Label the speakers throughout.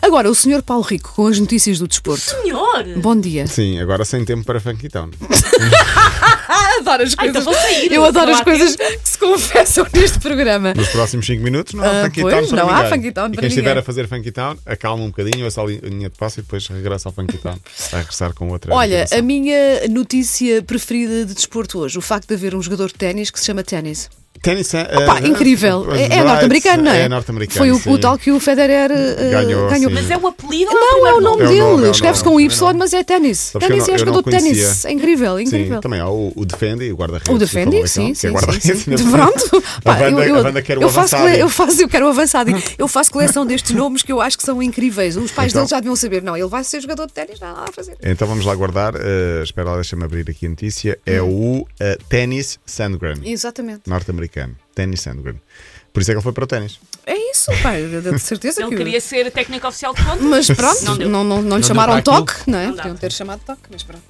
Speaker 1: Agora, o senhor Paulo Rico com as notícias do desporto.
Speaker 2: Senhor!
Speaker 1: Bom dia.
Speaker 3: Sim, agora sem tempo para Funky Town.
Speaker 1: Ah, adoro as
Speaker 2: Ai, então
Speaker 1: coisas.
Speaker 2: vou sair.
Speaker 1: Eu adoro
Speaker 2: Não
Speaker 1: as
Speaker 2: há
Speaker 1: coisas que se confessam neste programa.
Speaker 3: Nos próximos 5 minutos não há
Speaker 1: Ah,
Speaker 3: Funky
Speaker 1: pois,
Speaker 3: Town para
Speaker 1: não há
Speaker 3: ninguém.
Speaker 1: Funky Town
Speaker 3: E
Speaker 1: para
Speaker 3: quem estiver
Speaker 1: ninguém.
Speaker 3: a fazer Funky Town, acalma um bocadinho, ouça a li- a linha de passo e depois regressa ao Funky Town. Vai regressar com outra.
Speaker 1: Olha,
Speaker 3: motivação.
Speaker 1: a minha notícia preferida de desporto hoje, o facto de haver um jogador de ténis que se chama ténis.
Speaker 3: Ténis é.
Speaker 1: Pá,
Speaker 3: é-
Speaker 1: incrível.
Speaker 3: os
Speaker 1: É, é
Speaker 3: Brights,
Speaker 1: norte-americano, não é?
Speaker 3: É norte-americano.
Speaker 1: Foi o,
Speaker 3: sim.
Speaker 1: o tal que o Federer eh,
Speaker 3: Ganhou,
Speaker 1: ganhou.
Speaker 3: sim.
Speaker 2: Mas é o apelido ou
Speaker 1: Não, é o nome
Speaker 3: É o
Speaker 1: dele.
Speaker 3: nome, é o
Speaker 1: Escreve-se
Speaker 3: nome,
Speaker 1: com
Speaker 3: é o
Speaker 1: Y,
Speaker 3: nome.
Speaker 1: mas é ténis.
Speaker 3: Sabes que eu
Speaker 1: Ténis
Speaker 3: não-
Speaker 1: é
Speaker 3: eu
Speaker 1: jogador de
Speaker 3: não
Speaker 1: ténis.
Speaker 3: conhecia.
Speaker 1: É incrível, é
Speaker 3: Sim,
Speaker 1: incrível.
Speaker 3: também há o, o Defende e o Guarda-Redes.
Speaker 1: O
Speaker 3: que
Speaker 1: defende,
Speaker 3: eu
Speaker 1: sim,
Speaker 3: falei, que é
Speaker 1: sim, sim,
Speaker 3: guarda-redes,
Speaker 1: sim,
Speaker 3: não
Speaker 1: De
Speaker 3: é?
Speaker 1: pronto.
Speaker 3: A banda- a banda quer o
Speaker 1: eu faço,
Speaker 3: avançado.
Speaker 1: eu faço, eu quero o avançado. Eu faço coleção destes nomes que eu acho que são incríveis. Os pais
Speaker 3: Então-
Speaker 1: dele já deviam saber. Não, ele vai ser jogador de ténis, não há nada a fazer.
Speaker 3: Então vamos lá guardar. eh, espera lá, deixa-me abrir aqui a notícia. É
Speaker 1: Hum.
Speaker 3: o eh, Tennis Sandgren,
Speaker 1: Exatamente.
Speaker 3: norte-americano. Tennis Sandgren. Por isso é que ele foi para o ténis.
Speaker 1: É isso, pai. De certeza que
Speaker 2: Ele
Speaker 1: o-
Speaker 2: queria ser técnico oficial de contas.
Speaker 1: Mas pronto, não,
Speaker 2: Não deu.
Speaker 1: não, não, lhe
Speaker 4: deu
Speaker 1: chamaram
Speaker 4: para aquilo.
Speaker 1: toque, não é?
Speaker 2: Não dá.
Speaker 1: Podiam ter chamado toque, mas pronto.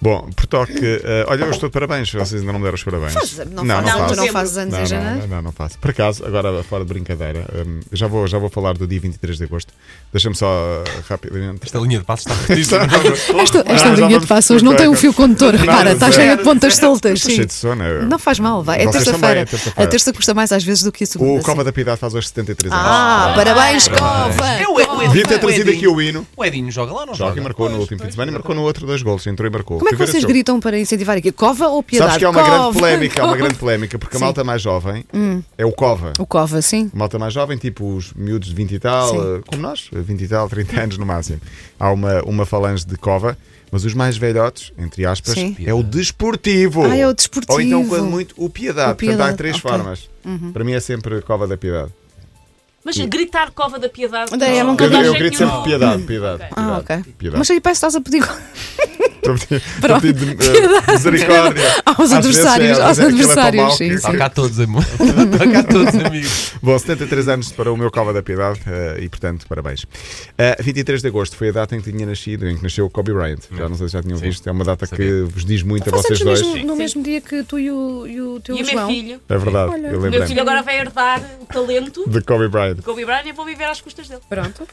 Speaker 3: Bom, por toque. eh, olha, eu estou de parabéns. Vocês ainda não me deram os parabéns.
Speaker 1: Faz- não, faz-
Speaker 2: não
Speaker 1: tu
Speaker 3: faço.
Speaker 1: não
Speaker 2: fazes.
Speaker 1: fazes anos
Speaker 3: Não,
Speaker 1: em
Speaker 3: não,
Speaker 1: janeiro.
Speaker 3: não, não faço. Por acaso, agora fora de brincadeira, hum, já, vou, já vou falar do dia 23 de agosto. Deixa-me só uh, rapidamente.
Speaker 4: Esta linha de passos está repetida.
Speaker 1: Esta, esta
Speaker 3: Não, já
Speaker 1: linha de
Speaker 3: vamos-
Speaker 1: passo hoje não tem um fio condutor,
Speaker 3: Não,
Speaker 1: repara,
Speaker 3: não
Speaker 1: está
Speaker 3: sei.
Speaker 1: cheia de pontas soltas.
Speaker 3: Estou cheio
Speaker 1: Sim.
Speaker 3: de sono. eu-
Speaker 1: Não faz mal, vai. É
Speaker 3: Vocês
Speaker 1: terça-feira.
Speaker 3: também, é
Speaker 1: A
Speaker 3: terça-feira.
Speaker 1: terça custa mais às vezes do que a segunda.
Speaker 3: O
Speaker 1: sim.
Speaker 3: Cova da Piedade faz hoje 73 anos.
Speaker 1: Ah, parabéns, Cova!
Speaker 3: é
Speaker 1: é
Speaker 4: Eu, eu, eu,
Speaker 3: Devia ter
Speaker 4: É o
Speaker 3: trazido
Speaker 4: Edinho-
Speaker 3: aqui o hino.
Speaker 4: O Edinho joga lá, ou não joga?
Speaker 3: Joga e marcou no último fim de semana e marcou no outro dois gols. Entrou e marcou.
Speaker 1: Como é que
Speaker 3: Fui ver
Speaker 1: vocês
Speaker 3: esse jogo.
Speaker 1: gritam para incentivar aqui? Cova ou piedade?
Speaker 3: Sabes que é uma
Speaker 1: Cova,
Speaker 3: grande polémica, é uma
Speaker 1: Cova.
Speaker 3: grande polémica, porque
Speaker 1: Sim. Hum.
Speaker 3: a malta mais jovem é o Cova.
Speaker 1: O Cova, sim.
Speaker 3: A malta mais jovem, tipo os miúdos de 20 e tal,
Speaker 1: Sim.
Speaker 3: eh, como nós, 20 e tal, 30 anos no máximo. Há uma, uma falange de cova, mas os mais velhotes, entre aspas,
Speaker 1: Sim.
Speaker 3: é o desportivo.
Speaker 1: Ah, é o desportivo.
Speaker 3: Oh. Ou então, quando muito, o piedade.
Speaker 1: O piedade,
Speaker 3: Portanto, há três
Speaker 1: ok. Uhum.
Speaker 3: formas. Para mim é sempre cova da piedade.
Speaker 2: Mas gritar Cova da Piedade.
Speaker 1: Onde é? Eu nunca
Speaker 3: Eu,
Speaker 2: não dá
Speaker 3: eu
Speaker 2: jeito
Speaker 3: grito
Speaker 2: nenhum.
Speaker 3: sempre piedade, piedade.
Speaker 1: Ah,
Speaker 3: piedade,
Speaker 1: ok.
Speaker 3: piedade.
Speaker 1: Mas aí parece que estás a pedir.
Speaker 3: Estou a pedir- estou a
Speaker 1: Pronto.
Speaker 3: pedir de- eh, misericórdia.
Speaker 1: Aos
Speaker 3: Às vezes é-
Speaker 1: adversários, aos
Speaker 3: às vezes aquilo é tão
Speaker 1: adversários,
Speaker 3: mau
Speaker 1: sim,
Speaker 3: que-
Speaker 1: sim.
Speaker 4: Toca a todos, amor. Toca a todos, amigos.
Speaker 3: Bom, 73 anos para o meu Cova da Piedade eh, e, portanto, parabéns. Eh, 23 de agosto foi a data em que tinha nascido, em que nasceu o Kobe Bryant. Já não sei se já tinham visto, é uma data que vos diz muito a vocês
Speaker 1: Fazemos no
Speaker 3: dois.
Speaker 1: Então mesmo, um- no mesmo dia que tu e o, e o teu
Speaker 2: E o meu
Speaker 1: João.
Speaker 2: filho.
Speaker 3: É verdade, eu
Speaker 2: O meu filho
Speaker 3: lembrei
Speaker 2: agora vai herdar o talento
Speaker 3: de Kobe Bryant.
Speaker 2: do Kobe Bryant e eu vou viver às custas dele.
Speaker 1: Pronto.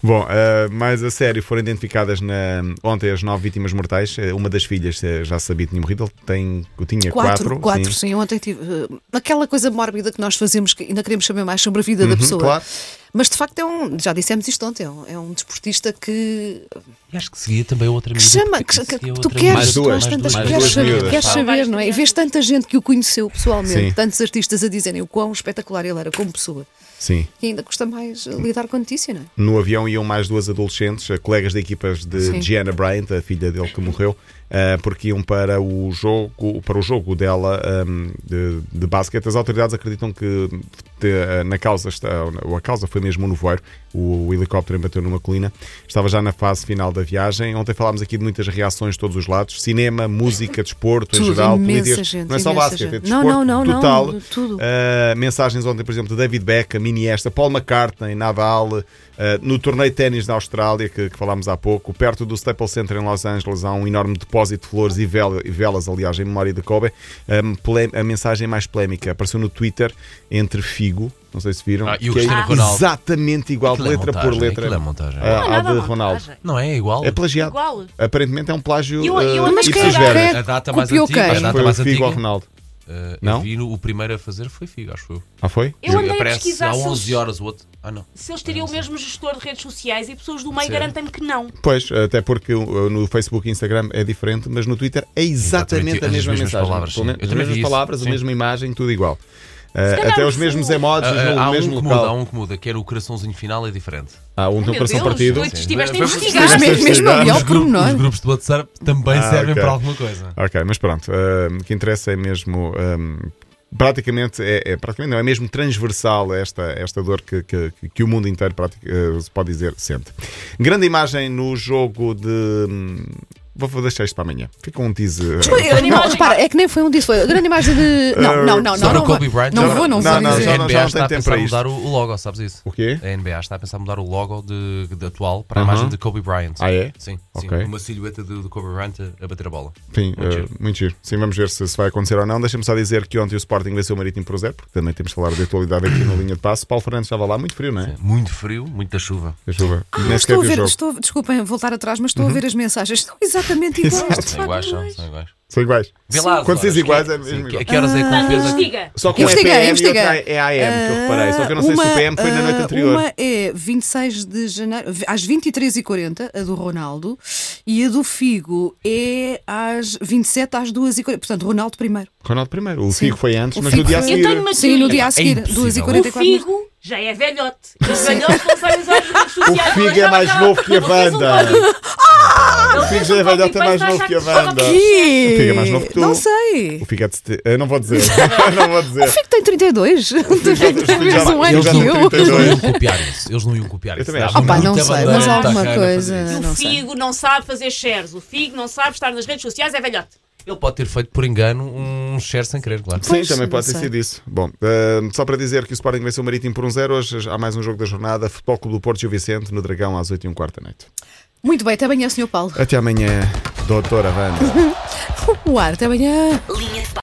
Speaker 3: Bom, eh, mais a sério, foram identificadas na- ontem as nove vítimas mortais. Eh, uma das filhas eh, já sabia que tinha morrido, ele tem, eu tinha
Speaker 1: Quatro,
Speaker 3: quatro.
Speaker 1: quatro,
Speaker 3: sim.
Speaker 1: sim. Ontem tive. eh, aquela coisa mórbida que nós fazemos, que ainda queremos saber mais sobre a vida da pessoa.
Speaker 3: Uhum, claro.
Speaker 1: Mas de facto é um. Já dissemos isto ontem, é um, é um desportista que.
Speaker 4: E acho que seguia também outra
Speaker 1: que
Speaker 4: amiga.
Speaker 1: chama.
Speaker 4: porque
Speaker 1: Que, que-
Speaker 4: seguia
Speaker 1: que tu
Speaker 4: outra amiga.
Speaker 1: queres,
Speaker 3: Mais
Speaker 1: tu
Speaker 3: duas,
Speaker 1: às
Speaker 3: mais
Speaker 1: tantas
Speaker 3: duas,
Speaker 1: queres
Speaker 3: mais duas
Speaker 1: saber,
Speaker 3: miúdas.
Speaker 1: queres saber, não é? E vês tanta gente que o conheceu pessoalmente,
Speaker 3: Sim.
Speaker 1: tantos artistas a dizerem o quão espetacular ele era como pessoa.
Speaker 3: Sim.
Speaker 1: E ainda custa mais lidar com a notícia, não é?
Speaker 3: No avião iam mais duas adolescentes, eh, colegas de equipas de
Speaker 1: Sim.
Speaker 3: Gianna Bryant, a filha dele que morreu, eh, porque iam para o jogo, para o jogo dela ehm, de, de basquete. As autoridades acreditam que te- eh, na causa está, ou a causa foi mesmo um nevoeiro. O, o helicóptero bateu numa colina. Estava já na fase final da viagem. Ontem falámos aqui de muitas reações de todos os lados: cinema, música, desporto, em
Speaker 1: Tudo,
Speaker 3: geral,
Speaker 1: imensa
Speaker 3: políticas.
Speaker 1: gente,
Speaker 3: não é só
Speaker 1: imensa
Speaker 3: basquete, é
Speaker 1: gente. Não,
Speaker 3: desporto
Speaker 1: não, não,
Speaker 3: total.
Speaker 1: não, tudo.
Speaker 3: Uh, mensagens ontem, por exemplo, de David Beckham, Iniesta, Paul McCartney, Nadal, uh, no torneio de ténis da Austrália, que, que falámos há pouco, perto do Staples Center em Los Angeles, há um enorme depósito de flores e, vel- e velas, aliás, em memória de Kobe. Um, polé- a mensagem mais polémica apareceu no Twitter entre Figo, não sei se viram,
Speaker 4: Ah, e o
Speaker 3: que é
Speaker 4: Cristiano Ronaldo.
Speaker 3: exatamente igual,
Speaker 4: Aquilo é
Speaker 3: letra por
Speaker 4: montagem,
Speaker 3: letra,
Speaker 4: aquilo é montagem.
Speaker 3: uh,
Speaker 4: Não
Speaker 3: à
Speaker 2: nada
Speaker 3: de
Speaker 2: à
Speaker 3: Ronaldo.
Speaker 2: montagem.
Speaker 4: Não é igual.
Speaker 3: É plagiado.
Speaker 2: Igual.
Speaker 3: Aparentemente é um plágio
Speaker 2: Eu- eu
Speaker 3: uh,
Speaker 2: andei
Speaker 1: Mas
Speaker 3: ipsis
Speaker 1: quem é,
Speaker 2: Ipsos
Speaker 3: vera.
Speaker 1: quem é
Speaker 4: A data
Speaker 1: que
Speaker 4: mais
Speaker 1: copiou
Speaker 4: antiga,
Speaker 1: quem?
Speaker 4: a data-
Speaker 3: Foi o
Speaker 4: mais
Speaker 3: Figo ao
Speaker 4: antiga.
Speaker 3: Ronaldo.
Speaker 4: Eh,
Speaker 3: Não?
Speaker 4: Eu vi no, o primeiro a fazer foi Figo, acho eu.
Speaker 3: Ah, foi?
Speaker 2: Eu andei a
Speaker 4: Aparece
Speaker 2: pesquisar
Speaker 4: há
Speaker 2: se
Speaker 4: 11
Speaker 2: eles-
Speaker 4: horas o outro. Ah, não.
Speaker 2: Se eles teriam o mesmo gestor de redes sociais e pessoas do meio garantem-me que não.
Speaker 3: Pois, até porque uh, no Facebook e Instagram é diferente, mas no Twitter é exatamente,
Speaker 4: Exatamente,
Speaker 3: a
Speaker 4: as
Speaker 3: mesma
Speaker 4: mesmas
Speaker 3: mensagem.
Speaker 4: palavras,
Speaker 3: Pelo
Speaker 4: sim.
Speaker 3: menos
Speaker 4: Eu
Speaker 3: as
Speaker 4: também
Speaker 3: mesmas
Speaker 4: vi isso,
Speaker 3: palavras, a
Speaker 4: sim.
Speaker 3: mesma imagem, tudo igual. Uh,
Speaker 2: calhar um
Speaker 3: até
Speaker 2: o
Speaker 3: os
Speaker 2: fundo.
Speaker 3: mesmos emojis
Speaker 4: Ah,
Speaker 3: no
Speaker 4: ah, há um
Speaker 3: mesmo
Speaker 4: que muda, há
Speaker 3: local.
Speaker 4: um que muda, que era o coraçãozinho final, é diferente.
Speaker 3: Há um que
Speaker 2: Meu
Speaker 3: não parece um
Speaker 2: Deus,
Speaker 3: partido.
Speaker 2: tu estiveste a
Speaker 4: Vamos-
Speaker 2: investigar.
Speaker 1: Mesmo, mesmo ali ao
Speaker 4: Os, gru- os
Speaker 1: pormenor.
Speaker 4: grupos de WhatsApp também
Speaker 3: Ah,
Speaker 4: servem
Speaker 3: ok.
Speaker 4: para alguma coisa.
Speaker 3: Ok, mas pronto, ah, o que interessa é mesmo. ah, Praticamente é, é- praticamente não, é mesmo transversal esta, esta dor que, que, que o mundo eh, inteiro pratica- ah, se pode dizer sente. Grande imagem no jogo de hum, Vou vou deixar isto para amanhã. Fica um teaser.
Speaker 2: grande
Speaker 1: não,
Speaker 2: imagem.
Speaker 1: repara, é que nem foi um disso, foi a grande imagem de.
Speaker 3: É,
Speaker 1: Não, não, não,
Speaker 4: Só
Speaker 1: não.
Speaker 4: no
Speaker 1: Não,
Speaker 4: Kobe
Speaker 1: vou,
Speaker 4: Bryant.
Speaker 1: não vou, não
Speaker 3: Não,
Speaker 1: vou
Speaker 3: não,
Speaker 1: dizer.
Speaker 4: a
Speaker 3: não,
Speaker 4: NBA
Speaker 3: já não
Speaker 4: está
Speaker 3: tem
Speaker 4: a
Speaker 3: tempo
Speaker 4: pensar
Speaker 3: para isto.
Speaker 4: mudar o, o logo, sabes isso?
Speaker 3: O quê?
Speaker 4: A NBA está a pensar mudar o logo de, de atual para
Speaker 3: Aham.
Speaker 4: a imagem de Kobe Bryant.
Speaker 3: Ah, é?
Speaker 4: Sim, sim.
Speaker 3: Ok.
Speaker 4: Uma silhueta de, de Kobe Bryant a, a bater a bola.
Speaker 3: Enfim,
Speaker 4: Muito
Speaker 3: eh, muito giro. Sim, vamos ver se, se vai acontecer ou não. Deixa-me só dizer que ontem o Sporting venceu o Marítimo por zero, porque também temos de falar de atualidade aqui na linha de passo. Paulo Fernandes estava lá, muito frio, não é?
Speaker 4: Muito frio, muita chuva.
Speaker 3: A chuva.
Speaker 1: Ah,
Speaker 3: Nem
Speaker 1: estou
Speaker 3: sequer
Speaker 1: a
Speaker 3: vi o
Speaker 1: ver,
Speaker 3: jogo. Uhum.
Speaker 1: estou, desculpem voltar atrás, mas estou a ver as mensagens. Estão exatamente iguais.
Speaker 3: Exato.
Speaker 1: de
Speaker 4: São
Speaker 1: facto,
Speaker 4: iguais, são,
Speaker 1: iguais.
Speaker 4: são iguais.
Speaker 3: São iguais.
Speaker 4: Vê lá. as
Speaker 3: Quando dizes
Speaker 4: horas,
Speaker 3: iguais,
Speaker 4: que-
Speaker 3: é mesmo
Speaker 4: sim,
Speaker 3: igual.
Speaker 4: que- que horas é que
Speaker 2: Ah,
Speaker 4: não fez a-
Speaker 2: Investiga.
Speaker 3: Só que um é
Speaker 1: Investiguei,
Speaker 3: PM e
Speaker 1: investiguei.
Speaker 3: outra é AM, que eu reparei. Só que eu não sei se o PM foi na noite
Speaker 1: ah,
Speaker 3: anterior.
Speaker 1: Uma é 26 de janeiro, às 23h40, a do Ronaldo, e a do Figo é às 27 às 2h40. Portanto, Ronaldo primeiro.
Speaker 3: Ronaldo primeiro. O
Speaker 1: Sim.
Speaker 3: Figo foi antes,
Speaker 1: O
Speaker 3: mas
Speaker 1: Figo
Speaker 3: no dia a
Speaker 1: foi
Speaker 2: antes. Eu
Speaker 3: seguir.
Speaker 2: tenho uma- É
Speaker 1: Sim, no dia a seguir,
Speaker 2: O
Speaker 4: impossível.
Speaker 1: 2h44.
Speaker 2: Figo já é velhote. Os velhotes não sabem usar as redes
Speaker 3: O
Speaker 2: sociais.
Speaker 3: Figo é mais novo que a Wanda. O Figo
Speaker 2: um
Speaker 3: já é velhote, é mais novo que a Wanda. Figo é mais novo que tu.
Speaker 1: Não sei.
Speaker 3: O Figo é de. sete- Eu não vou dizer. Não vou
Speaker 1: O
Speaker 3: dizer.
Speaker 1: Figo tem 32. Tem
Speaker 3: Figo já-
Speaker 1: mais um
Speaker 3: Ele
Speaker 1: ano
Speaker 3: já
Speaker 1: que
Speaker 3: tem
Speaker 1: eu.
Speaker 3: 32.
Speaker 4: Eles não iam copiar isso. Eles não iam copiar
Speaker 3: Eu
Speaker 4: isso.
Speaker 3: também acho.
Speaker 4: Dava
Speaker 1: Opa, não
Speaker 4: muita
Speaker 1: sei,
Speaker 4: bandeira
Speaker 1: mas
Speaker 4: a
Speaker 1: alguma
Speaker 4: Tacana fazer
Speaker 1: coisa.
Speaker 4: isso.
Speaker 2: O
Speaker 1: Não sei.
Speaker 2: Figo não sabe fazer shares. O Figo não sabe estar nas redes sociais, é velhote.
Speaker 4: Ele pode ter feito por engano um share sem querer, claro.
Speaker 3: Sim,
Speaker 1: Pois,
Speaker 3: também
Speaker 1: não
Speaker 3: pode ter
Speaker 1: sei.
Speaker 3: sido isso. Bom, ahm, só para dizer que o Sporting venceu o Marítimo por um 0 hoje há mais um jogo da jornada, Futebol Clube do Porto e o Vicente, no Dragão, às 8 h quarto da noite.
Speaker 1: Muito bem, até amanhã, Sr. Paulo.
Speaker 3: Até amanhã, doutora Wanda.
Speaker 1: O ar, até amanhã.
Speaker 5: Linha de passe.